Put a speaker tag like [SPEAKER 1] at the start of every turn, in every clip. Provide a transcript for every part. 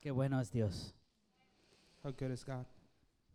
[SPEAKER 1] Qué bueno es Dios.
[SPEAKER 2] How good is God?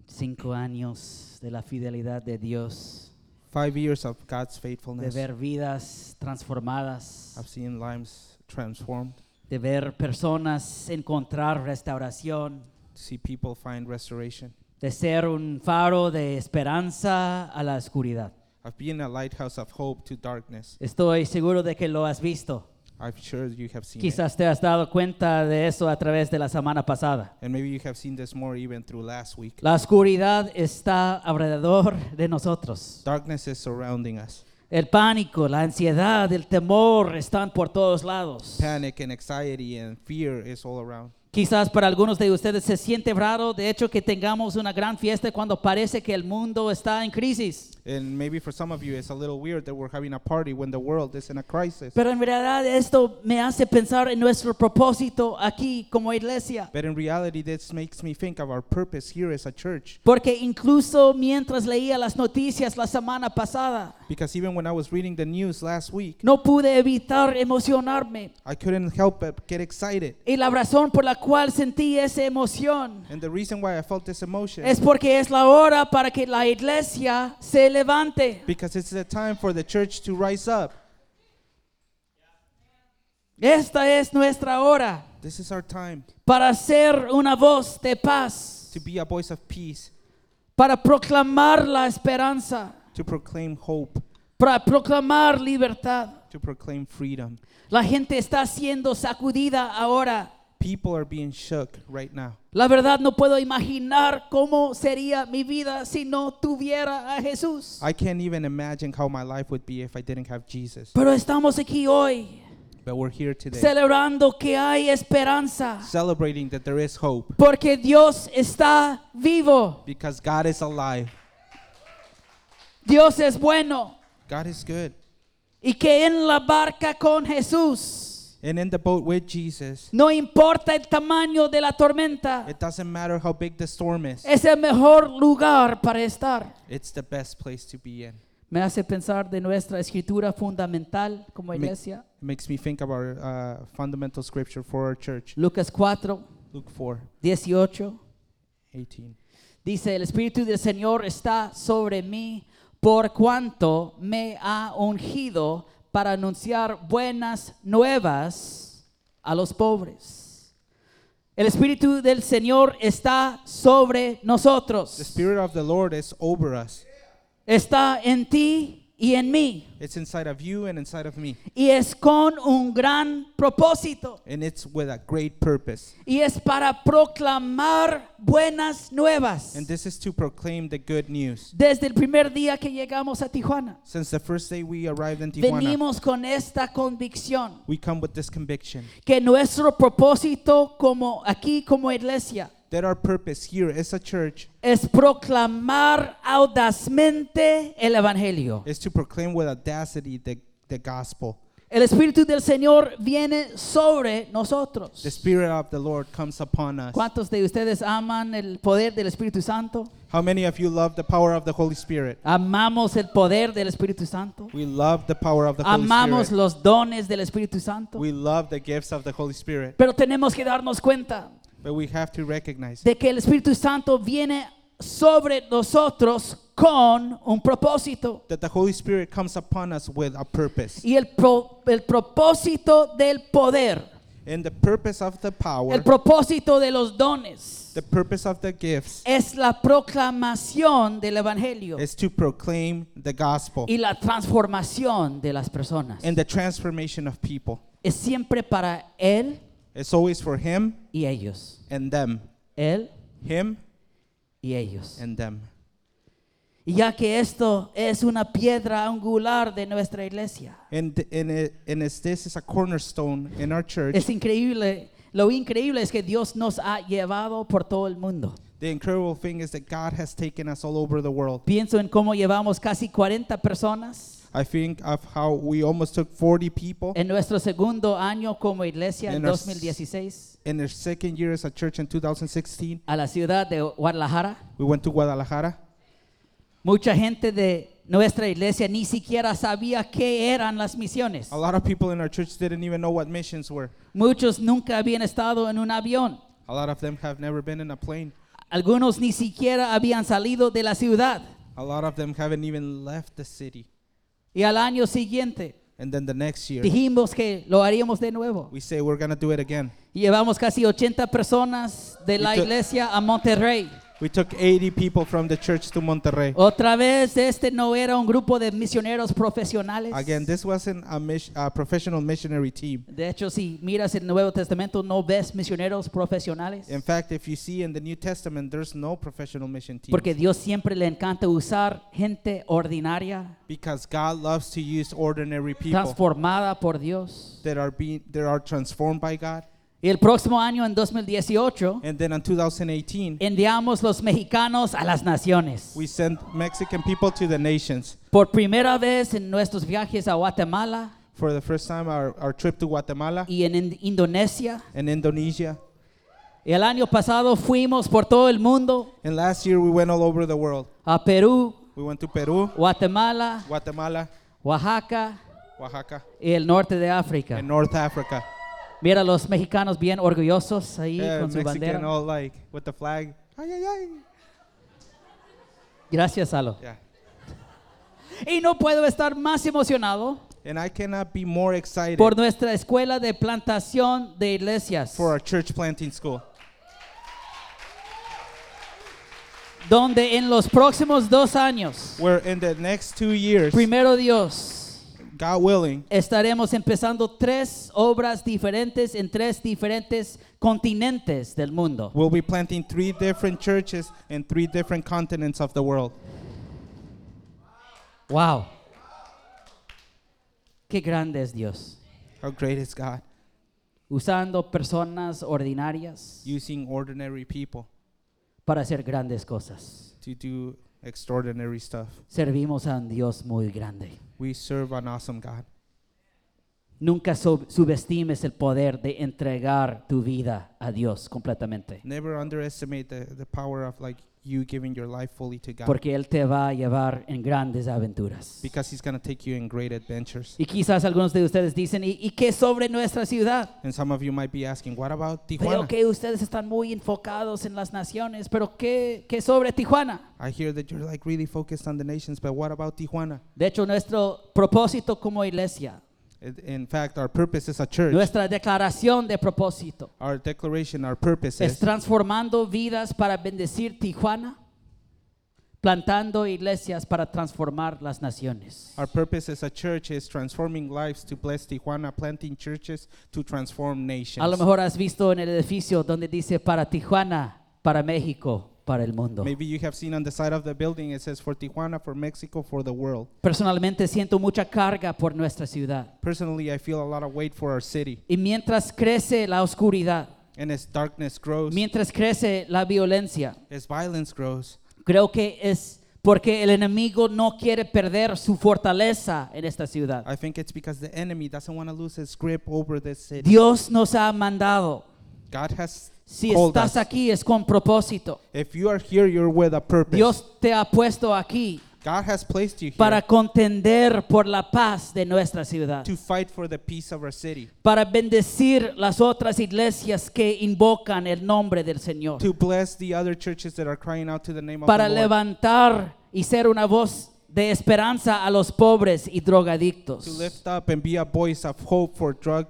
[SPEAKER 1] Cinco años de la fidelidad de Dios,
[SPEAKER 2] Five years of God's
[SPEAKER 1] de
[SPEAKER 2] faithfulness.
[SPEAKER 1] ver vidas transformadas,
[SPEAKER 2] I've seen lives transformed,
[SPEAKER 1] de ver personas encontrar restauración,
[SPEAKER 2] to see people find restoration.
[SPEAKER 1] de ser un faro de esperanza a la oscuridad.
[SPEAKER 2] I've been a lighthouse of hope to darkness.
[SPEAKER 1] Estoy seguro de que lo has visto.
[SPEAKER 2] I'm sure you have seen it.
[SPEAKER 1] Quizás te has dado cuenta de eso a través de la semana pasada.
[SPEAKER 2] And maybe you have seen this more even through last week.
[SPEAKER 1] La oscuridad está alrededor de nosotros.
[SPEAKER 2] Darkness is surrounding us.
[SPEAKER 1] El pánico, la ansiedad, el temor están por todos lados.
[SPEAKER 2] Panic and anxiety and fear is all around.
[SPEAKER 1] Quizás para algunos de ustedes se siente raro, de hecho, que tengamos una gran fiesta cuando parece que el mundo está en crisis.
[SPEAKER 2] And maybe for some of you, it's a little weird that we're having a party when the world is in a crisis.
[SPEAKER 1] Pero en realidad esto me hace pensar en nuestro propósito aquí como iglesia.
[SPEAKER 2] But in reality, this makes me think of our purpose here as a church.
[SPEAKER 1] Porque incluso mientras leía las noticias la semana pasada,
[SPEAKER 2] Because even when I was reading the news last week,
[SPEAKER 1] no pude evitar emocionarme.
[SPEAKER 2] I couldn't help but get excited.
[SPEAKER 1] Y la razón por la cual sentí esa emoción
[SPEAKER 2] And the reason why I felt this emotion
[SPEAKER 1] es porque es la hora para que la iglesia se levante.
[SPEAKER 2] because it's the time for the church to rise up.
[SPEAKER 1] Esta es nuestra hora
[SPEAKER 2] This is our time
[SPEAKER 1] para ser una voz de paz,
[SPEAKER 2] to be a voice of peace,
[SPEAKER 1] para proclamar la esperanza,
[SPEAKER 2] to proclaim hope,
[SPEAKER 1] para proclamar libertad.
[SPEAKER 2] to proclaim freedom.
[SPEAKER 1] La gente está siendo sacudida ahora.
[SPEAKER 2] People are being shook right now.
[SPEAKER 1] La verdad no puedo imaginar cómo sería mi vida si no tuviera a Jesús.
[SPEAKER 2] I can't even imagine how my life would be if I didn't have Jesus.
[SPEAKER 1] Pero estamos aquí hoy
[SPEAKER 2] But we're here today
[SPEAKER 1] celebrando que hay esperanza.
[SPEAKER 2] celebrating that there is hope
[SPEAKER 1] Porque Dios está vivo.
[SPEAKER 2] because God is alive.
[SPEAKER 1] Dios es bueno.
[SPEAKER 2] God is good.
[SPEAKER 1] Y que en la barca con Jesús,
[SPEAKER 2] And in the boat with Jesus,
[SPEAKER 1] no importa el tamaño de la tormenta,
[SPEAKER 2] it doesn't matter how big the storm is,
[SPEAKER 1] es el mejor lugar para estar.
[SPEAKER 2] it's the best place to be in.
[SPEAKER 1] Me hace pensar de nuestra escritura fundamental como
[SPEAKER 2] Me-
[SPEAKER 1] iglesia.
[SPEAKER 2] It makes me think of our uh, fundamental scripture for our church,
[SPEAKER 1] Lucas 4,
[SPEAKER 2] Luke 4
[SPEAKER 1] 18.
[SPEAKER 2] 18.
[SPEAKER 1] Dice, el Espíritu del Señor está sobre mí por cuanto me ha ungido para anunciar buenas nuevas a los pobres. El Espíritu del Señor está sobre
[SPEAKER 2] The
[SPEAKER 1] nosotros.
[SPEAKER 2] Spirit of the Lord is over us,
[SPEAKER 1] Está en ti y en mí.
[SPEAKER 2] it's inside of you and inside of me,
[SPEAKER 1] Y es con un gran propósito.
[SPEAKER 2] and it's with a great purpose.
[SPEAKER 1] Y es para proclamar buenas nuevas.
[SPEAKER 2] And this is to proclaim the good news.
[SPEAKER 1] Desde el primer día que llegamos a Tijuana.
[SPEAKER 2] Since the first day we arrived in Tijuana,
[SPEAKER 1] Venimos con esta convicción
[SPEAKER 2] we come with this conviction
[SPEAKER 1] que nuestro propósito como aquí como iglesia
[SPEAKER 2] that our purpose here as a church
[SPEAKER 1] es proclamar audazmente el evangelio.
[SPEAKER 2] is to proclaim with audacity the, the gospel.
[SPEAKER 1] El espíritu del Señor viene sobre
[SPEAKER 2] The
[SPEAKER 1] nosotros.
[SPEAKER 2] Spirit of the Lord comes upon us.
[SPEAKER 1] ¿Cuántos de ustedes aman el poder del Espíritu Santo?
[SPEAKER 2] How many of you love the power of the Holy Spirit?
[SPEAKER 1] Amamos el poder del Espíritu Santo.
[SPEAKER 2] We love the power of the Holy
[SPEAKER 1] Amamos
[SPEAKER 2] Spirit.
[SPEAKER 1] los dones del Espíritu Santo.
[SPEAKER 2] We love the gifts of the Holy Spirit.
[SPEAKER 1] Pero tenemos que darnos cuenta
[SPEAKER 2] But we have to recognize
[SPEAKER 1] de que el Espíritu Santo viene sobre nosotros con un propósito.
[SPEAKER 2] that the Holy Spirit comes upon us with a purpose.
[SPEAKER 1] Y el, pro- el propósito del poder,
[SPEAKER 2] And the purpose of the power,
[SPEAKER 1] el propósito de los dones,
[SPEAKER 2] the purpose of the gifts,
[SPEAKER 1] es la proclamación del Evangelio
[SPEAKER 2] is to proclaim the gospel
[SPEAKER 1] y la transformación de las personas.
[SPEAKER 2] and the transformation of people.
[SPEAKER 1] Es siempre para Él
[SPEAKER 2] It's always for him
[SPEAKER 1] y ellos.
[SPEAKER 2] and them.
[SPEAKER 1] Él
[SPEAKER 2] Him
[SPEAKER 1] y ellos.
[SPEAKER 2] and them.
[SPEAKER 1] Y ya que esto es una piedra angular de nuestra iglesia,
[SPEAKER 2] And, and, it, and it's, this is a cornerstone in our church.
[SPEAKER 1] es increíble. Lo increíble es que Dios nos ha llevado por todo el mundo.
[SPEAKER 2] The incredible thing is that God has taken us all over the world.
[SPEAKER 1] Pienso en cómo llevamos casi 40 personas
[SPEAKER 2] I think of how we almost took 40 people
[SPEAKER 1] En nuestro segundo año como iglesia en
[SPEAKER 2] En nos-
[SPEAKER 1] 2016
[SPEAKER 2] in their second year as a church in 2016.
[SPEAKER 1] a la ciudad de Guadalajara,
[SPEAKER 2] We went to Guadalajara.
[SPEAKER 1] mucha gente de nuestra iglesia ni siquiera sabía qué eran las misiones.
[SPEAKER 2] A lot of people in our church didn't even know what missions were.
[SPEAKER 1] Muchos nunca habían estado en un avión.
[SPEAKER 2] A lot of them have never been in a plane.
[SPEAKER 1] Algunos ni siquiera habían salido de la ciudad.
[SPEAKER 2] A lot of them haven't even left the city.
[SPEAKER 1] Y al año siguiente
[SPEAKER 2] And then the next year,
[SPEAKER 1] dijimos que lo haríamos de nuevo.
[SPEAKER 2] we say we're going to do it again.
[SPEAKER 1] Y Llevamos casi 80 personas de la
[SPEAKER 2] Y to-
[SPEAKER 1] iglesia a Monterrey.
[SPEAKER 2] We took 80 people from the church to Monterrey.
[SPEAKER 1] Otra vez, este no era un grupo de misioneros profesionales.
[SPEAKER 2] Again, this wasn't a, mis- a professional missionary team.
[SPEAKER 1] De hecho, si miras el Nuevo Testamento, no ves misioneros profesionales.
[SPEAKER 2] In fact, if you see in the New Testament, there's no professional mission team.
[SPEAKER 1] Porque Dios siempre le encanta usar gente ordinaria,
[SPEAKER 2] Because God loves to use ordinary people
[SPEAKER 1] transformada por Dios.
[SPEAKER 2] that are being that are transformed by God.
[SPEAKER 1] Y el próximo año, en 2018,
[SPEAKER 2] And then in 2018,
[SPEAKER 1] enviamos los mexicanos a las naciones.
[SPEAKER 2] we sent Mexican people to the nations.
[SPEAKER 1] Por primera vez en nuestros viajes a Guatemala
[SPEAKER 2] For the first time, our, our trip to Guatemala
[SPEAKER 1] y en In- Indonesia.
[SPEAKER 2] and Indonesia.
[SPEAKER 1] El año pasado fuimos por todo el mundo,
[SPEAKER 2] And last year, we went all over the world.
[SPEAKER 1] a Perú,
[SPEAKER 2] We went to Peru,
[SPEAKER 1] Guatemala,
[SPEAKER 2] Guatemala,
[SPEAKER 1] Oaxaca
[SPEAKER 2] Oaxaca,
[SPEAKER 1] y el norte de África.
[SPEAKER 2] and North Africa.
[SPEAKER 1] Mira a los mexicanos bien orgullosos ahí
[SPEAKER 2] Yeah,
[SPEAKER 1] con su
[SPEAKER 2] Eh, Mexican
[SPEAKER 1] bandera.
[SPEAKER 2] all like with the flag. Ay, ay, ay.
[SPEAKER 1] Gracias, Alo.
[SPEAKER 2] Yeah.
[SPEAKER 1] Y no puedo estar más emocionado
[SPEAKER 2] And I cannot be more excited
[SPEAKER 1] por nuestra escuela de plantación de iglesias,
[SPEAKER 2] for our church planting school.
[SPEAKER 1] donde en los próximos dos años,
[SPEAKER 2] Where in the next two years,
[SPEAKER 1] primero Dios,
[SPEAKER 2] God willing,
[SPEAKER 1] estaremos empezando tres obras diferentes en tres diferentes continentes del mundo.
[SPEAKER 2] We'll be planting three different churches in three different continents of the world.
[SPEAKER 1] Wow. Qué grande es Dios.
[SPEAKER 2] How great is God
[SPEAKER 1] Usando personas ordinarias
[SPEAKER 2] using ordinary people
[SPEAKER 1] para hacer grandes cosas.
[SPEAKER 2] to do extraordinary stuff?
[SPEAKER 1] Servimos a un Dios muy grande.
[SPEAKER 2] We serve an awesome God.
[SPEAKER 1] Nunca sub- subestimes el poder de entregar tu vida a Dios completamente.
[SPEAKER 2] Never underestimate the, the power of like you giving your life fully to God
[SPEAKER 1] Porque Él te va a llevar en grandes aventuras.
[SPEAKER 2] because He's going to take you in great adventures.
[SPEAKER 1] Y quizás algunos de ustedes dicen, ¿y, y qué sobre nuestra ciudad?
[SPEAKER 2] And some of you might be asking, what about
[SPEAKER 1] Veo
[SPEAKER 2] Tijuana?
[SPEAKER 1] que ustedes están muy enfocados en las naciones, pero ¿qué, qué sobre Tijuana?
[SPEAKER 2] I hear that you're like really focused on the nations, but what about Tijuana?
[SPEAKER 1] De hecho, nuestro propósito como iglesia,
[SPEAKER 2] In- In fact, our purpose is a church.
[SPEAKER 1] nuestra declaración de propósito,
[SPEAKER 2] Our declaration, our purpose
[SPEAKER 1] es
[SPEAKER 2] is
[SPEAKER 1] transformando vidas para bendecir Tijuana, plantando iglesias para transformar las naciones.
[SPEAKER 2] Our purpose as a church is transforming lives to bless Tijuana, planting churches to transform nations.
[SPEAKER 1] A lo mejor has visto en el edificio donde dice para Tijuana, para México, para el mundo.
[SPEAKER 2] Maybe you have seen on the side of the building it says for Tijuana, for Mexico, for the world.
[SPEAKER 1] Personalmente siento mucha carga por nuestra ciudad.
[SPEAKER 2] Personally, I feel a lot of weight for our city.
[SPEAKER 1] Y mientras crece la oscuridad,
[SPEAKER 2] And as darkness grows,
[SPEAKER 1] mientras crece la violencia,
[SPEAKER 2] as violence grows,
[SPEAKER 1] creo que es porque el enemigo no quiere perder su fortaleza en esta ciudad.
[SPEAKER 2] I think it's because the enemy doesn't want to lose his grip over this city.
[SPEAKER 1] Dios nos ha mandado.
[SPEAKER 2] God has
[SPEAKER 1] Si
[SPEAKER 2] called
[SPEAKER 1] estás
[SPEAKER 2] us.
[SPEAKER 1] aquí es con propósito.
[SPEAKER 2] If you are here, you're with a purpose.
[SPEAKER 1] Dios te ha puesto aquí
[SPEAKER 2] God has placed you here
[SPEAKER 1] para contender por la paz de nuestra ciudad,
[SPEAKER 2] to fight for the peace of our city,
[SPEAKER 1] para bendecir las otras iglesias que invocan el nombre del Señor,
[SPEAKER 2] to bless the other churches that are crying out to the name of
[SPEAKER 1] para
[SPEAKER 2] the Lord.
[SPEAKER 1] levantar y ser una voz de esperanza a los pobres y drogadictos.
[SPEAKER 2] to lift up and be a voice of hope for drug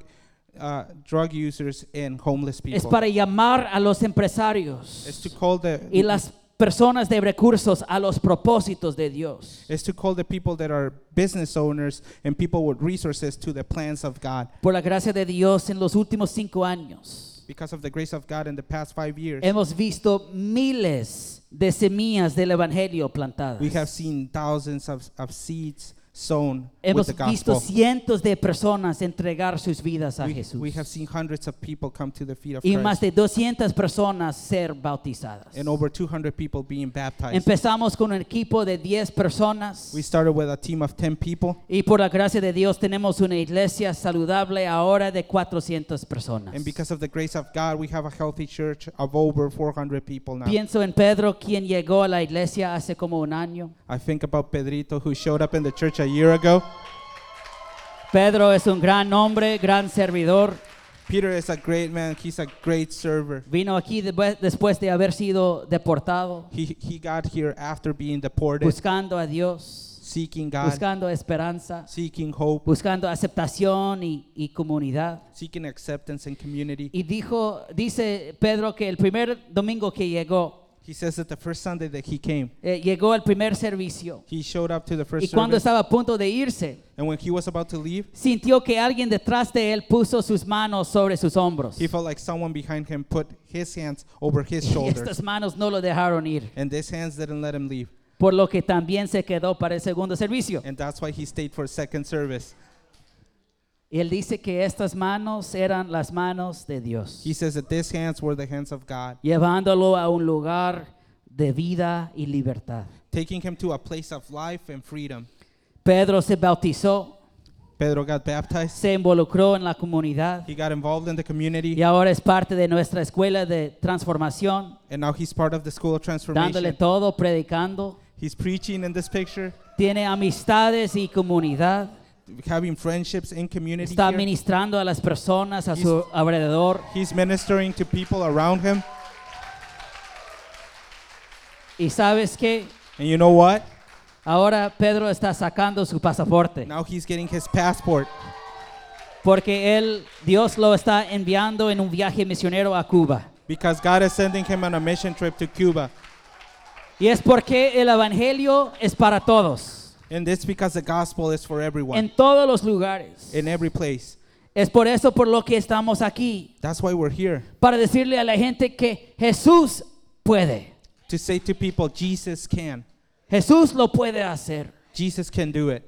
[SPEAKER 2] uh, drug users and homeless people.
[SPEAKER 1] Es para llamar a los
[SPEAKER 2] It's
[SPEAKER 1] empresarios
[SPEAKER 2] to call the
[SPEAKER 1] y las personas de recursos a los propósitos de Dios.
[SPEAKER 2] it's to call the people that are business owners and people with resources to the plans of God.
[SPEAKER 1] Por la gracia de Dios en los últimos cinco años.
[SPEAKER 2] Because of the grace of God in the past five years,
[SPEAKER 1] Hemos visto miles de semillas del Evangelio plantadas.
[SPEAKER 2] we have seen thousands of, of seeds sown with
[SPEAKER 1] Hemos
[SPEAKER 2] the
[SPEAKER 1] visto
[SPEAKER 2] gospel.
[SPEAKER 1] cientos de personas entregar sus vidas a
[SPEAKER 2] We,
[SPEAKER 1] Jesús.
[SPEAKER 2] we have seen hundreds of people come to the feet of
[SPEAKER 1] y más
[SPEAKER 2] Christ
[SPEAKER 1] de 200 personas ser bautizadas.
[SPEAKER 2] and over 200 people being baptized.
[SPEAKER 1] Empezamos con un equipo de 10 personas.
[SPEAKER 2] We started with a team of 10 people,
[SPEAKER 1] Y por la gracia de Dios tenemos una iglesia saludable ahora de 400 personas.
[SPEAKER 2] and because of the grace of God, we have a healthy church of over 400 people now.
[SPEAKER 1] Pienso en Pedro, quien llegó a la iglesia hace como un año.
[SPEAKER 2] I think about Pedrito who showed up in the church a year ago.
[SPEAKER 1] Pedro es un gran hombre, gran servidor.
[SPEAKER 2] Peter is a great man. He's a great server.
[SPEAKER 1] Vino aquí de- después de haber sido deportado,
[SPEAKER 2] He, he got here after being deported,
[SPEAKER 1] buscando a Dios,
[SPEAKER 2] seeking God,
[SPEAKER 1] buscando esperanza,
[SPEAKER 2] seeking hope,
[SPEAKER 1] buscando aceptación y, y comunidad.
[SPEAKER 2] seeking acceptance and community.
[SPEAKER 1] Y dijo, dice Pedro que el primer domingo que llegó,
[SPEAKER 2] He says that the first Sunday that he came,
[SPEAKER 1] eh, llegó al primer servicio.
[SPEAKER 2] he showed up to the first
[SPEAKER 1] Y cuando
[SPEAKER 2] service,
[SPEAKER 1] estaba a punto de irse,
[SPEAKER 2] and when he was about to leave,
[SPEAKER 1] sintió que alguien detrás de él puso sus manos sobre sus hombros.
[SPEAKER 2] he felt like someone behind him put his hands over his
[SPEAKER 1] Y
[SPEAKER 2] shoulders,
[SPEAKER 1] estas manos no lo dejaron ir,
[SPEAKER 2] and these hands didn't let him leave,
[SPEAKER 1] por lo que también se quedó para el segundo servicio.
[SPEAKER 2] and that's why he stayed for second service.
[SPEAKER 1] Y él dice que estas manos eran las manos de Dios,
[SPEAKER 2] He says that these hands were the hands of God,
[SPEAKER 1] llevándolo a un lugar de vida y libertad.
[SPEAKER 2] taking him to a place of life and freedom.
[SPEAKER 1] Pedro se bautizó,
[SPEAKER 2] Pedro got baptized.
[SPEAKER 1] se involucró en la comunidad
[SPEAKER 2] He got involved in the community,
[SPEAKER 1] y ahora es parte de nuestra escuela de transformación,
[SPEAKER 2] and now he's part of the School of
[SPEAKER 1] dándole
[SPEAKER 2] Transformation.
[SPEAKER 1] todo, predicando,
[SPEAKER 2] He's preaching in this picture,
[SPEAKER 1] tiene amistades y comunidad.
[SPEAKER 2] having friendships in community.
[SPEAKER 1] Está
[SPEAKER 2] here.
[SPEAKER 1] ministrando a las personas a su
[SPEAKER 2] He's-
[SPEAKER 1] alrededor
[SPEAKER 2] He's ministering to people around him.
[SPEAKER 1] y sabes que
[SPEAKER 2] And you know what?
[SPEAKER 1] ahora Pedro está sacando su pasaporte
[SPEAKER 2] Now he's getting his passport
[SPEAKER 1] porque él Dios lo está enviando en un viaje misionero a Cuba
[SPEAKER 2] because God is sending him on a mission trip to Cuba.
[SPEAKER 1] y es porque el evangelio es para todos
[SPEAKER 2] And this because the gospel is for everyone,
[SPEAKER 1] en todos los lugares
[SPEAKER 2] in every place.
[SPEAKER 1] es por eso por lo que estamos aquí
[SPEAKER 2] That's why we're here
[SPEAKER 1] para decirle a la gente que Jesús puede
[SPEAKER 2] to say to people, Jesus can.
[SPEAKER 1] Jesús lo puede hacer
[SPEAKER 2] Jesus can do it.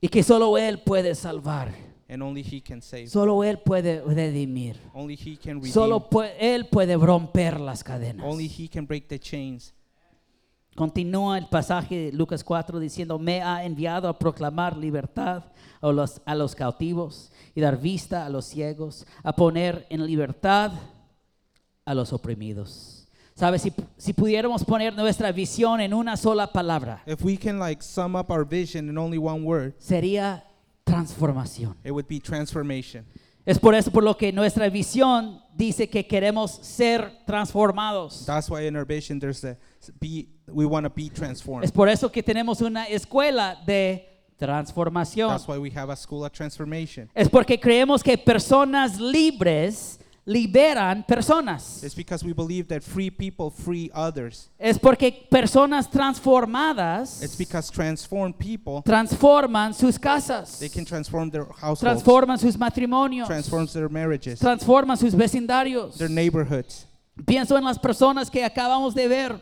[SPEAKER 1] y que solo él puede salvar
[SPEAKER 2] And only he can save.
[SPEAKER 1] solo él puede redimir
[SPEAKER 2] Only he can redeem.
[SPEAKER 1] Solo pue- Él puede romper las cadenas.
[SPEAKER 2] only he can break the chains.
[SPEAKER 1] Continúa el pasaje de Lucas 4 diciendo, me ha enviado a proclamar libertad a los, a los cautivos y dar vista a los ciegos, a poner en libertad a los oprimidos. ¿Sabes? Si, si pudiéramos poner nuestra visión en una sola palabra,
[SPEAKER 2] If we can like sum up our vision in only one word,
[SPEAKER 1] sería transformación.
[SPEAKER 2] it would be transformation.
[SPEAKER 1] Es por eso por lo que nuestra visión dice que queremos ser transformados.
[SPEAKER 2] That's why in our vision there's the be we want to be transformed.
[SPEAKER 1] Es por eso que tenemos una escuela de transformación.
[SPEAKER 2] That's why we have a school of transformation.
[SPEAKER 1] Es porque creemos que personas libres liberan personas.
[SPEAKER 2] It's because we believe that free people free others.
[SPEAKER 1] Es porque personas
[SPEAKER 2] It's
[SPEAKER 1] transformadas
[SPEAKER 2] because transformed people
[SPEAKER 1] transforman sus casas,
[SPEAKER 2] they can transform their households,
[SPEAKER 1] transforman sus matrimonios,
[SPEAKER 2] transforms their marriages,
[SPEAKER 1] transforman sus vecindarios.
[SPEAKER 2] their neighborhoods.
[SPEAKER 1] Pienso en las personas que acabamos de ver.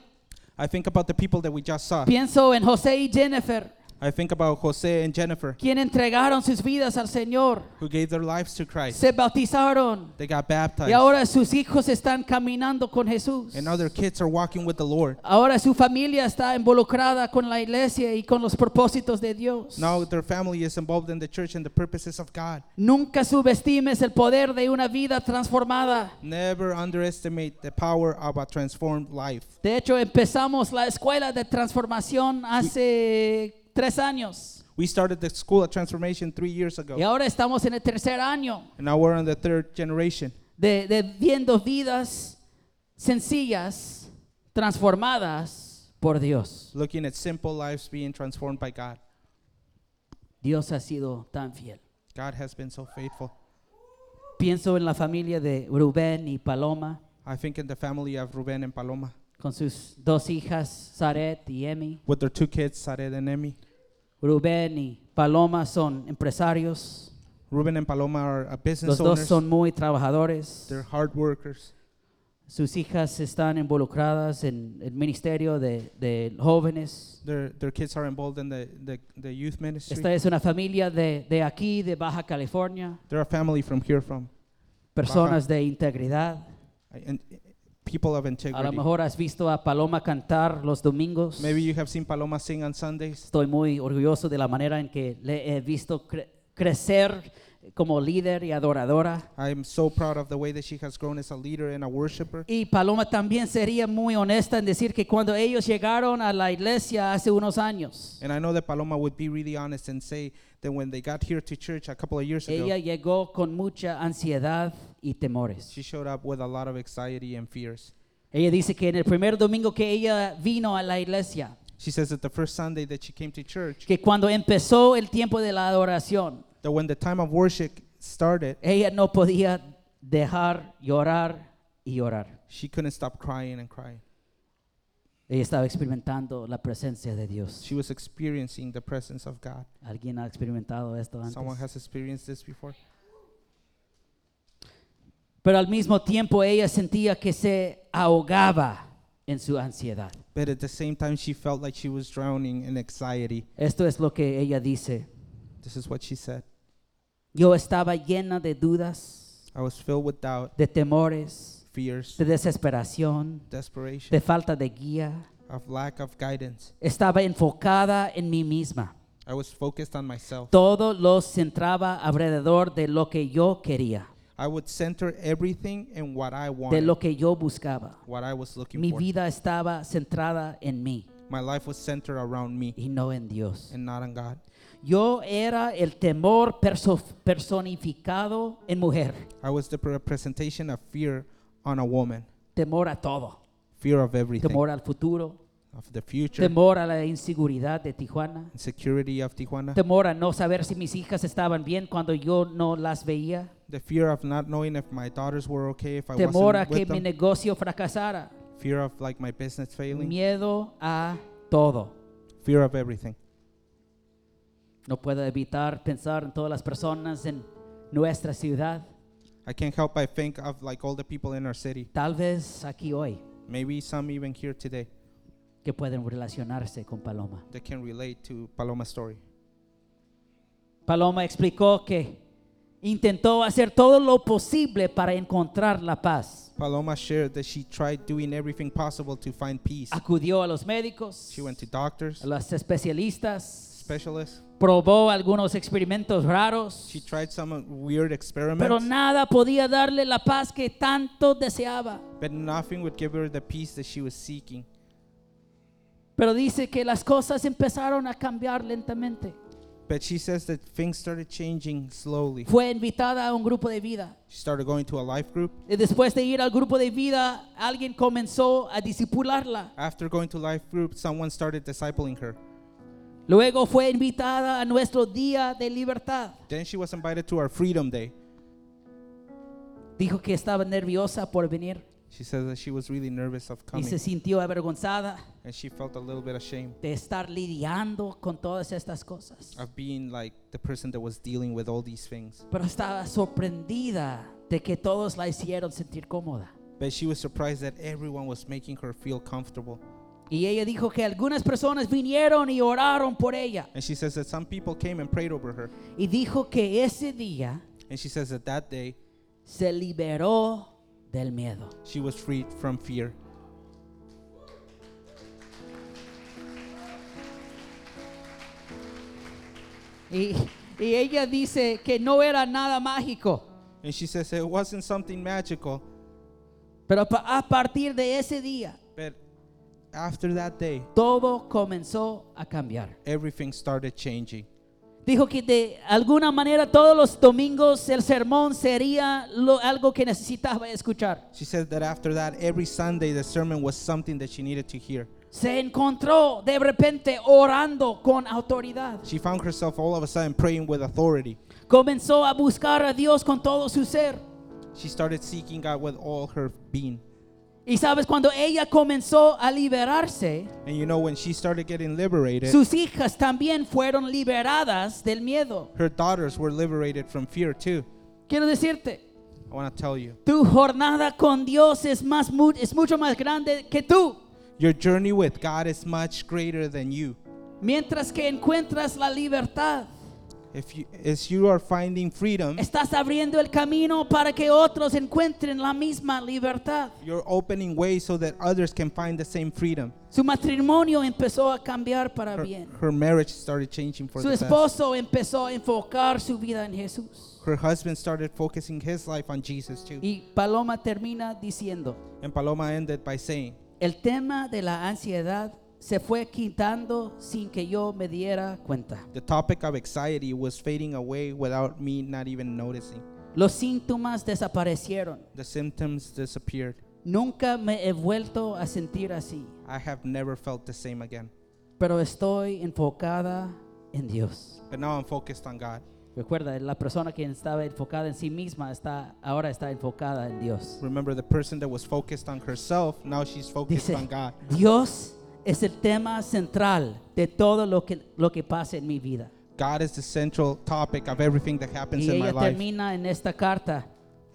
[SPEAKER 2] I think about the people that we just saw.
[SPEAKER 1] Pienso en José y Jennifer,
[SPEAKER 2] I think about Jose and Jennifer
[SPEAKER 1] quien entregaron sus vidas al Señor,
[SPEAKER 2] who gave their lives to Christ.
[SPEAKER 1] se bautizaron,
[SPEAKER 2] They got baptized.
[SPEAKER 1] Y ahora sus hijos están caminando con Jesús.
[SPEAKER 2] and now their kids are walking with the Lord.
[SPEAKER 1] Ahora su familia está involucrada con la iglesia y con los propósitos de Dios.
[SPEAKER 2] Now their family is involved in the church and the purposes of God.
[SPEAKER 1] Nunca subestimes el poder de una vida transformada.
[SPEAKER 2] Never underestimate the power of a transformed life.
[SPEAKER 1] De hecho, empezamos la escuela de transformación hace tres años.
[SPEAKER 2] We started the school of transformation three years ago,
[SPEAKER 1] Y ahora estamos en el tercer año
[SPEAKER 2] and now we're on the third generation.
[SPEAKER 1] de, de viendo vidas sencillas transformadas por Dios.
[SPEAKER 2] looking at simple lives being transformed by God.
[SPEAKER 1] Dios ha sido tan fiel.
[SPEAKER 2] God has been so faithful.
[SPEAKER 1] Pienso en la familia de Rubén y Paloma.
[SPEAKER 2] I think in the family of Ruben and Paloma,
[SPEAKER 1] con sus dos hijas, Saret y Emi.
[SPEAKER 2] with their two kids, Sared and Emi.
[SPEAKER 1] Rubén y Paloma son empresarios.
[SPEAKER 2] Ruben and Paloma are uh, business
[SPEAKER 1] Los dos
[SPEAKER 2] owners.
[SPEAKER 1] son muy trabajadores.
[SPEAKER 2] They're hard workers.
[SPEAKER 1] Sus hijas están involucradas en el ministerio de, de jóvenes.
[SPEAKER 2] Their, their kids are involved in the, the, the youth ministry.
[SPEAKER 1] Esta es una familia de, de aquí, de Baja California,
[SPEAKER 2] They're a family from here, from
[SPEAKER 1] personas de integridad.
[SPEAKER 2] uh, in, people of
[SPEAKER 1] A lo
[SPEAKER 2] integrity.
[SPEAKER 1] mejor has visto a Paloma cantar los domingos.
[SPEAKER 2] Maybe you have seen Paloma sing on Sundays.
[SPEAKER 1] Estoy muy orgulloso de la manera en que le he visto cre- crecer como líder y adoradora.
[SPEAKER 2] I'm so proud of the way that she has grown as a leader and a worshiper.
[SPEAKER 1] Y Paloma también sería muy honesta en decir que cuando ellos llegaron a la iglesia hace unos años,
[SPEAKER 2] And I know that Paloma would be really honest and say that when they got here to church a couple of years
[SPEAKER 1] ella
[SPEAKER 2] ago,
[SPEAKER 1] llegó con mucha ansiedad y temores.
[SPEAKER 2] she showed up with a lot of anxiety and fears.
[SPEAKER 1] Ella dice que en el primer domingo que ella vino a la iglesia,
[SPEAKER 2] She says that the first Sunday that she came to church,
[SPEAKER 1] que cuando empezó el tiempo de la adoración,
[SPEAKER 2] that when the time of worship started,
[SPEAKER 1] ella no podía dejar llorar y llorar.
[SPEAKER 2] she couldn't stop crying and crying.
[SPEAKER 1] Ella estaba experimentando la presencia de Dios.
[SPEAKER 2] She was experiencing the presence of God.
[SPEAKER 1] ¿Alguien ha experimentado esto antes?
[SPEAKER 2] Someone has experienced this before.
[SPEAKER 1] Pero al mismo tiempo ella sentía que se ahogaba en su ansiedad.
[SPEAKER 2] But at the same time, she felt like she was drowning in anxiety.
[SPEAKER 1] Esto es lo que ella dice.
[SPEAKER 2] This is what she said
[SPEAKER 1] Yo estaba llena de dudas,
[SPEAKER 2] I was filled with doubt,
[SPEAKER 1] de temores,
[SPEAKER 2] fears,
[SPEAKER 1] de desesperación,
[SPEAKER 2] desperation,
[SPEAKER 1] de falta de guía.
[SPEAKER 2] of lack of guidance.
[SPEAKER 1] Estaba enfocada en mí misma.
[SPEAKER 2] I was focused on myself.
[SPEAKER 1] Todo lo centraba alrededor de lo que yo quería,
[SPEAKER 2] I would center everything in what I
[SPEAKER 1] de
[SPEAKER 2] wanted,
[SPEAKER 1] lo que yo buscaba.
[SPEAKER 2] what I was looking
[SPEAKER 1] Mi
[SPEAKER 2] for.
[SPEAKER 1] vida estaba centrada en mí
[SPEAKER 2] My life was centered around me
[SPEAKER 1] y no en Dios.
[SPEAKER 2] and not on God.
[SPEAKER 1] Yo era el temor perso- personificado en mujer,
[SPEAKER 2] I was the representation of fear on a woman,
[SPEAKER 1] temor a todo,
[SPEAKER 2] fear of everything,
[SPEAKER 1] temor al futuro,
[SPEAKER 2] of the future,
[SPEAKER 1] temor a la inseguridad de Tijuana,
[SPEAKER 2] insecurity of Tijuana,
[SPEAKER 1] temor a no saber si mis hijas estaban bien cuando yo no las veía,
[SPEAKER 2] the fear of not knowing if my daughters were okay, if I
[SPEAKER 1] temor a
[SPEAKER 2] wasn't
[SPEAKER 1] que
[SPEAKER 2] with
[SPEAKER 1] mi
[SPEAKER 2] them,
[SPEAKER 1] negocio fracasara,
[SPEAKER 2] fear of like my business failing,
[SPEAKER 1] miedo a todo.
[SPEAKER 2] fear of everything.
[SPEAKER 1] No puedo evitar pensar en todas las personas en nuestra ciudad,
[SPEAKER 2] I can't help but think of like all the people in our city,
[SPEAKER 1] tal vez aquí hoy,
[SPEAKER 2] maybe some even here today,
[SPEAKER 1] que pueden relacionarse con Paloma.
[SPEAKER 2] that can relate to Paloma's story.
[SPEAKER 1] Paloma explicó que intentó hacer todo lo posible para encontrar la paz.
[SPEAKER 2] Paloma shared that she tried doing everything possible to find peace.
[SPEAKER 1] Acudió a los médicos,
[SPEAKER 2] She went to
[SPEAKER 1] a
[SPEAKER 2] doctors,
[SPEAKER 1] los especialistas,
[SPEAKER 2] specialists.
[SPEAKER 1] probó algunos experimentos raros,
[SPEAKER 2] She tried some uh, weird
[SPEAKER 1] pero
[SPEAKER 2] experiments,
[SPEAKER 1] nada podía darle la paz que tanto deseaba.
[SPEAKER 2] but nothing would give her the peace that she was seeking.
[SPEAKER 1] Pero dice que las cosas empezaron a cambiar lentamente.
[SPEAKER 2] But she says that things started changing slowly.
[SPEAKER 1] Fue invitada a un grupo de vida.
[SPEAKER 2] She started going to a life group.
[SPEAKER 1] Y después de ir al grupo de vida, alguien comenzó a discipularla.
[SPEAKER 2] After going to life group, someone started discipling her.
[SPEAKER 1] Luego fue invitada a nuestro día de libertad.
[SPEAKER 2] Then she was invited to our Freedom Day.
[SPEAKER 1] Dijo que estaba nerviosa por venir
[SPEAKER 2] She says that she was really nervous of
[SPEAKER 1] y se
[SPEAKER 2] coming,
[SPEAKER 1] sintió avergonzada
[SPEAKER 2] and she felt a little bit ashamed
[SPEAKER 1] de estar lidiando con todas estas cosas.
[SPEAKER 2] of being like the person that was dealing with all these things.
[SPEAKER 1] Pero estaba sorprendida de que todos la hicieron sentir cómoda.
[SPEAKER 2] But she was surprised that everyone was making her feel comfortable.
[SPEAKER 1] Y ella dijo que algunas personas vinieron y oraron por ella.
[SPEAKER 2] And she says that some people came and prayed over her.
[SPEAKER 1] Y dijo que ese día
[SPEAKER 2] And she says that that day
[SPEAKER 1] se liberó del miedo.
[SPEAKER 2] she was freed from fear.
[SPEAKER 1] Y, y ella dice que no era nada mágico.
[SPEAKER 2] And she says it wasn't something magical,
[SPEAKER 1] Pero pa- a partir de ese día,
[SPEAKER 2] but after that day,
[SPEAKER 1] todo comenzó a cambiar.
[SPEAKER 2] everything started changing.
[SPEAKER 1] Dijo que de alguna manera todos los domingos el sermón sería lo- algo que necesitaba escuchar.
[SPEAKER 2] She said that after that, every Sunday, the sermon was something that she needed to hear.
[SPEAKER 1] Se encontró de repente orando con autoridad.
[SPEAKER 2] She found herself all of a sudden praying with authority.
[SPEAKER 1] Comenzó a buscar a Dios con todo su ser.
[SPEAKER 2] She started seeking God with all her being.
[SPEAKER 1] Y sabes, cuando ella comenzó a liberarse,
[SPEAKER 2] And you know, when she started getting liberated,
[SPEAKER 1] sus hijas también fueron liberadas del miedo.
[SPEAKER 2] her daughters were liberated from fear too.
[SPEAKER 1] Quiero decirte,
[SPEAKER 2] I want to tell you,
[SPEAKER 1] tu jornada con Dios es, más, mu- es mucho más grande que tú.
[SPEAKER 2] your journey with God is much greater than you.
[SPEAKER 1] Mientras que encuentras la libertad,
[SPEAKER 2] If you, as you are finding freedom,
[SPEAKER 1] Estás abriendo el camino para que otros encuentren la misma libertad.
[SPEAKER 2] you're opening ways so that others can find the same freedom.
[SPEAKER 1] Su matrimonio empezó a cambiar para
[SPEAKER 2] Her,
[SPEAKER 1] bien.
[SPEAKER 2] her marriage started changing for
[SPEAKER 1] Su
[SPEAKER 2] the best.
[SPEAKER 1] esposo empezó a enfocar su vida en Jesús.
[SPEAKER 2] Her husband started focusing his life on Jesus too.
[SPEAKER 1] Y Paloma termina diciendo,
[SPEAKER 2] And Paloma ended by saying,
[SPEAKER 1] el tema de la ansiedad se fue quitando sin que yo me diera cuenta.
[SPEAKER 2] The topic of anxiety was fading away without me not even noticing.
[SPEAKER 1] Los síntomas desaparecieron.
[SPEAKER 2] The symptoms disappeared.
[SPEAKER 1] Nunca me he vuelto a sentir así,
[SPEAKER 2] I have never felt the same again.
[SPEAKER 1] pero estoy enfocada en Dios.
[SPEAKER 2] But now I'm focused on God.
[SPEAKER 1] Recuerda, la persona que estaba enfocada en sí misma está ahora está enfocada en Dios.
[SPEAKER 2] Remember, the person that was focused on herself, now she's focused
[SPEAKER 1] Dice,
[SPEAKER 2] on God.
[SPEAKER 1] Dios es el tema central de todo lo que lo que pasa en mi vida.
[SPEAKER 2] God is the central topic of everything that happens
[SPEAKER 1] Y
[SPEAKER 2] in my
[SPEAKER 1] ella
[SPEAKER 2] life.
[SPEAKER 1] termina en esta carta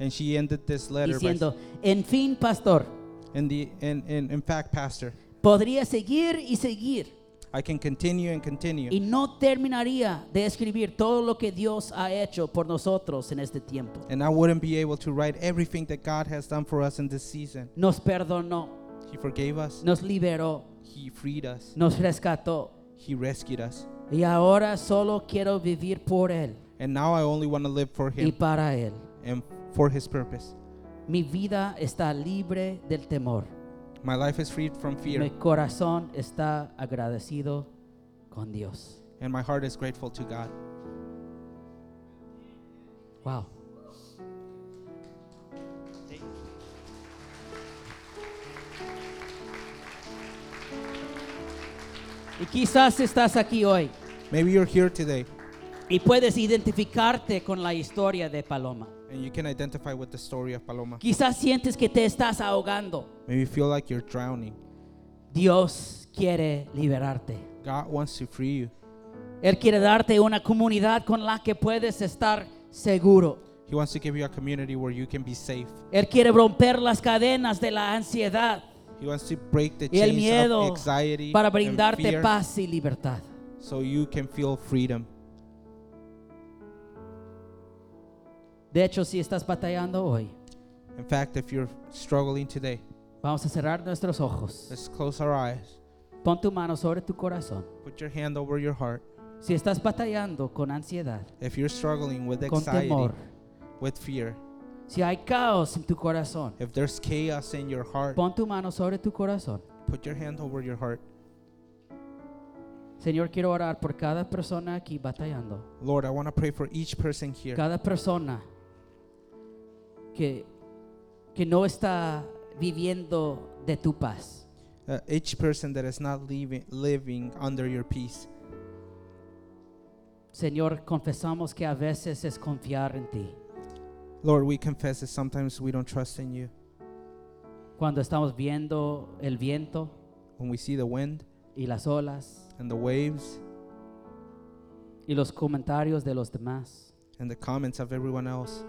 [SPEAKER 2] And she ended this letter by,
[SPEAKER 1] diciendo, en fin, pastor,
[SPEAKER 2] in, the, in, in, in fact, Pastor,
[SPEAKER 1] podría seguir y seguir
[SPEAKER 2] I can continue and
[SPEAKER 1] y
[SPEAKER 2] continue.
[SPEAKER 1] no terminaría de escribir todo lo que Dios ha hecho por nosotros en este tiempo.
[SPEAKER 2] And I wouldn't be able to write everything that God has done for us in this season.
[SPEAKER 1] Nos perdonó,
[SPEAKER 2] He forgave us,
[SPEAKER 1] nos liberó,
[SPEAKER 2] He freed us,
[SPEAKER 1] nos rescató
[SPEAKER 2] He rescued us.
[SPEAKER 1] y ahora solo quiero vivir por él
[SPEAKER 2] And now I only want to live for
[SPEAKER 1] y
[SPEAKER 2] Him
[SPEAKER 1] para él.
[SPEAKER 2] and for His purpose.
[SPEAKER 1] Mi vida está libre del temor.
[SPEAKER 2] My life is freed from fear,
[SPEAKER 1] Mi corazón está agradecido con Dios.
[SPEAKER 2] and my heart is grateful to God.
[SPEAKER 1] Wow. Y quizás estás aquí hoy
[SPEAKER 2] Maybe you're here today
[SPEAKER 1] y puedes identificarte con la historia de Paloma.
[SPEAKER 2] and you can identify with the story of Paloma.
[SPEAKER 1] Quizás sientes que te estás ahogando.
[SPEAKER 2] Maybe you feel like you're drowning.
[SPEAKER 1] Dios quiere liberarte.
[SPEAKER 2] God wants to free you.
[SPEAKER 1] Él quiere darte una comunidad con la que puedes estar seguro.
[SPEAKER 2] He wants to give you a community where you can be safe.
[SPEAKER 1] Él quiere romper las cadenas de la ansiedad
[SPEAKER 2] He wants to break the
[SPEAKER 1] y el
[SPEAKER 2] chains of
[SPEAKER 1] miedo
[SPEAKER 2] anxiety
[SPEAKER 1] para
[SPEAKER 2] and
[SPEAKER 1] brindarte
[SPEAKER 2] fear
[SPEAKER 1] paz y libertad.
[SPEAKER 2] so you can feel freedom.
[SPEAKER 1] De hecho, si estás batallando hoy,
[SPEAKER 2] In fact, if you're struggling today,
[SPEAKER 1] vamos a cerrar nuestros ojos.
[SPEAKER 2] let's close our eyes.
[SPEAKER 1] Pon tu mano sobre tu corazón.
[SPEAKER 2] Put your hand over your heart.
[SPEAKER 1] Si estás batallando con ansiedad,
[SPEAKER 2] If you're struggling with
[SPEAKER 1] con
[SPEAKER 2] anxiety,
[SPEAKER 1] temor,
[SPEAKER 2] with fear,
[SPEAKER 1] si hay caos en tu corazón,
[SPEAKER 2] if there's chaos in your heart,
[SPEAKER 1] pon tu mano sobre tu corazón.
[SPEAKER 2] put your hand over your heart.
[SPEAKER 1] Señor, quiero orar por cada persona aquí batallando.
[SPEAKER 2] Lord, I want to pray for each person here,
[SPEAKER 1] Cada persona que, que no está viviendo de tu paz.
[SPEAKER 2] uh, each person that is not leaving, living under your peace.
[SPEAKER 1] Señor, confesamos que a veces es confiar en ti.
[SPEAKER 2] Lord, we confess that sometimes we don't trust in you.
[SPEAKER 1] Cuando estamos viendo el viento
[SPEAKER 2] When we see the wind
[SPEAKER 1] y las olas
[SPEAKER 2] and the waves
[SPEAKER 1] y los comentarios de los demás.
[SPEAKER 2] and the comments of everyone else,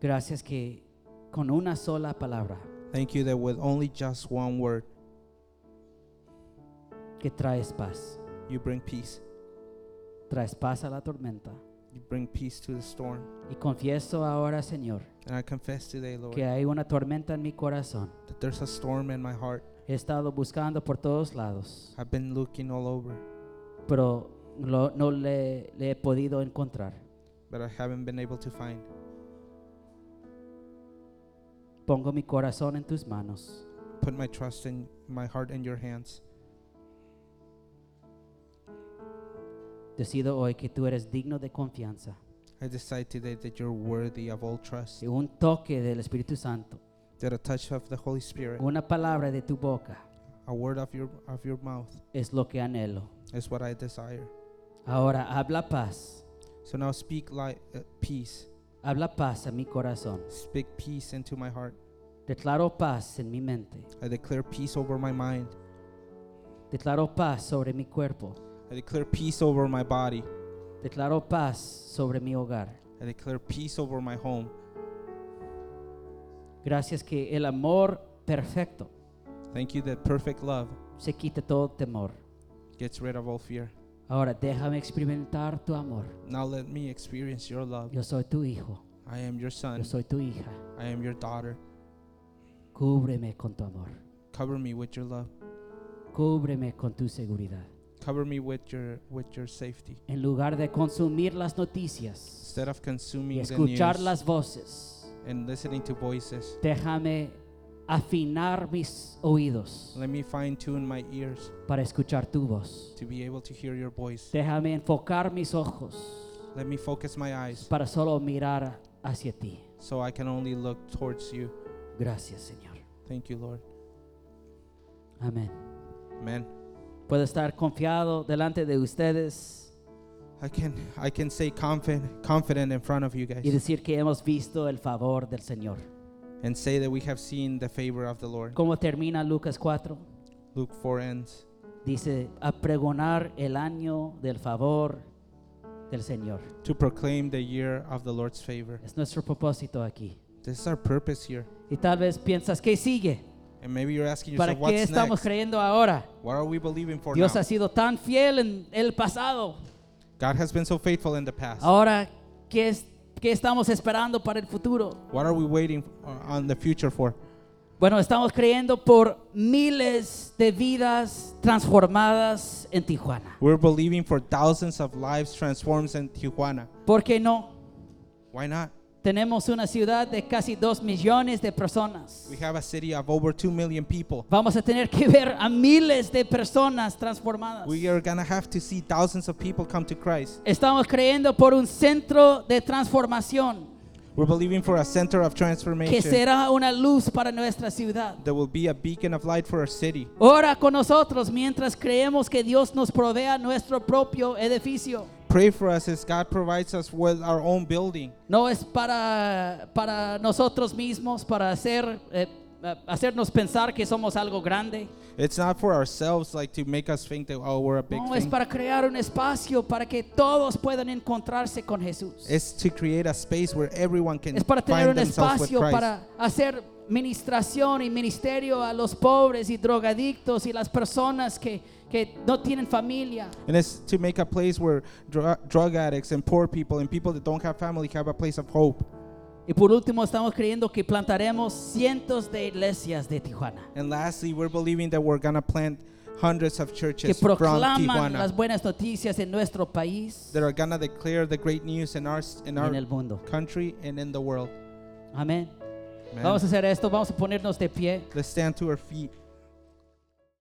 [SPEAKER 1] Gracias que con una sola palabra
[SPEAKER 2] thank you that with only just one word,
[SPEAKER 1] que traes paz.
[SPEAKER 2] you bring peace.
[SPEAKER 1] Traes paz a la tormenta.
[SPEAKER 2] You bring peace to the storm.
[SPEAKER 1] Y confieso ahora, Señor,
[SPEAKER 2] And I confess today, Lord,
[SPEAKER 1] que hay una tormenta en mi corazón.
[SPEAKER 2] that there's a storm in my heart.
[SPEAKER 1] He estado buscando por todos lados,
[SPEAKER 2] I've been looking all over,
[SPEAKER 1] pero lo- no le, le he podido encontrar.
[SPEAKER 2] but I haven't been able to find.
[SPEAKER 1] Pongo mi corazón en tus manos.
[SPEAKER 2] Put my trust in my heart in your hands.
[SPEAKER 1] Decido hoy que tú eres digno de confianza.
[SPEAKER 2] I decide today that you're worthy of all trust.
[SPEAKER 1] Y un toque del Espíritu Santo,
[SPEAKER 2] that a touch of the Holy Spirit,
[SPEAKER 1] una palabra de tu boca
[SPEAKER 2] a word of your of your mouth
[SPEAKER 1] es lo que anhelo.
[SPEAKER 2] is what I desire.
[SPEAKER 1] Ahora habla paz,
[SPEAKER 2] So now speak like uh, peace.
[SPEAKER 1] habla paz a mi corazón.
[SPEAKER 2] Speak peace into my heart.
[SPEAKER 1] Declaro paz en mi mente.
[SPEAKER 2] I declare peace over my mind.
[SPEAKER 1] Declaro paz sobre mi cuerpo.
[SPEAKER 2] I declare peace over my body.
[SPEAKER 1] Declaro paz sobre mi hogar.
[SPEAKER 2] I declare peace over my home.
[SPEAKER 1] Gracias que el amor perfecto
[SPEAKER 2] Thank you that perfect love
[SPEAKER 1] se quita todo temor.
[SPEAKER 2] gets rid of all fear.
[SPEAKER 1] Ahora déjame experimentar tu amor.
[SPEAKER 2] Now let me experience your love.
[SPEAKER 1] Yo soy tu hijo,
[SPEAKER 2] I am your son.
[SPEAKER 1] yo soy tu hija.
[SPEAKER 2] I am your daughter.
[SPEAKER 1] Cúbreme con tu amor,
[SPEAKER 2] Cover me with your love.
[SPEAKER 1] cúbreme con tu seguridad.
[SPEAKER 2] Cover me with your with your safety.
[SPEAKER 1] En lugar de consumir las noticias
[SPEAKER 2] Instead of
[SPEAKER 1] y
[SPEAKER 2] consuming the
[SPEAKER 1] escuchar
[SPEAKER 2] news
[SPEAKER 1] las voces,
[SPEAKER 2] and listening to voices,
[SPEAKER 1] déjame afinar mis oídos
[SPEAKER 2] let me fine tune my ears
[SPEAKER 1] para escuchar tu voz.
[SPEAKER 2] to be able to hear your voice.
[SPEAKER 1] Déjame enfocar mis ojos
[SPEAKER 2] Let me focus my eyes
[SPEAKER 1] para solo mirar hacia ti.
[SPEAKER 2] so I can only look towards you.
[SPEAKER 1] Gracias, Señor.
[SPEAKER 2] Thank you, Lord.
[SPEAKER 1] Amén.
[SPEAKER 2] Amen.
[SPEAKER 1] Puedo estar confiado delante de ustedes
[SPEAKER 2] I can I can say confident confident in front of you
[SPEAKER 1] y
[SPEAKER 2] guys
[SPEAKER 1] decir que hemos visto el favor del Señor.
[SPEAKER 2] and say that we have seen the favor of the Lord.
[SPEAKER 1] ¿Cómo termina Lucas 4?
[SPEAKER 2] Luke 4 ends.
[SPEAKER 1] Dice, a pregonar el año del favor del Señor.
[SPEAKER 2] to proclaim the year of the Lord's favor.
[SPEAKER 1] Es nuestro propósito aquí.
[SPEAKER 2] This is our purpose here.
[SPEAKER 1] Y tal vez piensas, ¿qué sigue?
[SPEAKER 2] And maybe you're asking
[SPEAKER 1] ¿Para
[SPEAKER 2] yourself,
[SPEAKER 1] qué
[SPEAKER 2] what's
[SPEAKER 1] estamos
[SPEAKER 2] next?
[SPEAKER 1] creyendo ahora?
[SPEAKER 2] What are we believing for
[SPEAKER 1] Dios
[SPEAKER 2] now?
[SPEAKER 1] ha sido tan fiel en el pasado.
[SPEAKER 2] God has been so faithful in the past.
[SPEAKER 1] Ahora, ¿qué, es- qué estamos esperando para el futuro?
[SPEAKER 2] What are we waiting uh, on the future for?
[SPEAKER 1] Bueno, estamos creyendo por miles de vidas transformadas en Tijuana.
[SPEAKER 2] We're believing for thousands of lives transformed in Tijuana.
[SPEAKER 1] ¿Por qué no?
[SPEAKER 2] Why not?
[SPEAKER 1] Tenemos una ciudad de casi dos millones de personas.
[SPEAKER 2] We have a city of over 2 million people.
[SPEAKER 1] Vamos a tener que ver a miles de personas transformadas.
[SPEAKER 2] We are going to have to see thousands of people come to Christ.
[SPEAKER 1] Estamos creyendo por un centro de transformación
[SPEAKER 2] We're believing for a center of
[SPEAKER 1] que
[SPEAKER 2] transformation
[SPEAKER 1] será una luz para nuestra ciudad.
[SPEAKER 2] that will be a beacon of light for our city.
[SPEAKER 1] Ora con nosotros mientras creemos que Dios nos provea nuestro propio edificio.
[SPEAKER 2] Pray for us as God provides us with our own building.
[SPEAKER 1] No es para, para nosotros mismos, para hacer, eh, eh, hacernos pensar que somos algo grande.
[SPEAKER 2] It's not for ourselves, like to make us think that oh, we're a big
[SPEAKER 1] No, es
[SPEAKER 2] thing.
[SPEAKER 1] para crear un espacio para que todos puedan encontrarse con Jesús.
[SPEAKER 2] It's to create a space where everyone can
[SPEAKER 1] Es para tener
[SPEAKER 2] find
[SPEAKER 1] un
[SPEAKER 2] themselves with
[SPEAKER 1] espacio
[SPEAKER 2] Christ.
[SPEAKER 1] para hacer ministración y ministerio a los pobres y drogadictos y las personas que, que no tienen familia.
[SPEAKER 2] And it's to make a place where dru- drug addicts and poor people and people that don't have family have a place of hope.
[SPEAKER 1] Y por último, estamos creyendo que plantaremos cientos de iglesias de Tijuana
[SPEAKER 2] And lastly, we're believing that we're gonna plant hundreds of
[SPEAKER 1] que
[SPEAKER 2] churches from
[SPEAKER 1] proclaman
[SPEAKER 2] Tijuana
[SPEAKER 1] las buenas noticias en nuestro país
[SPEAKER 2] that are gonna declare the great news in our s- in
[SPEAKER 1] y en
[SPEAKER 2] our
[SPEAKER 1] el mundo.
[SPEAKER 2] country and in the world.
[SPEAKER 1] Amén.
[SPEAKER 2] Amen.
[SPEAKER 1] Vamos a hacer esto, vamos a ponernos de pie.
[SPEAKER 2] Let's stand to our feet.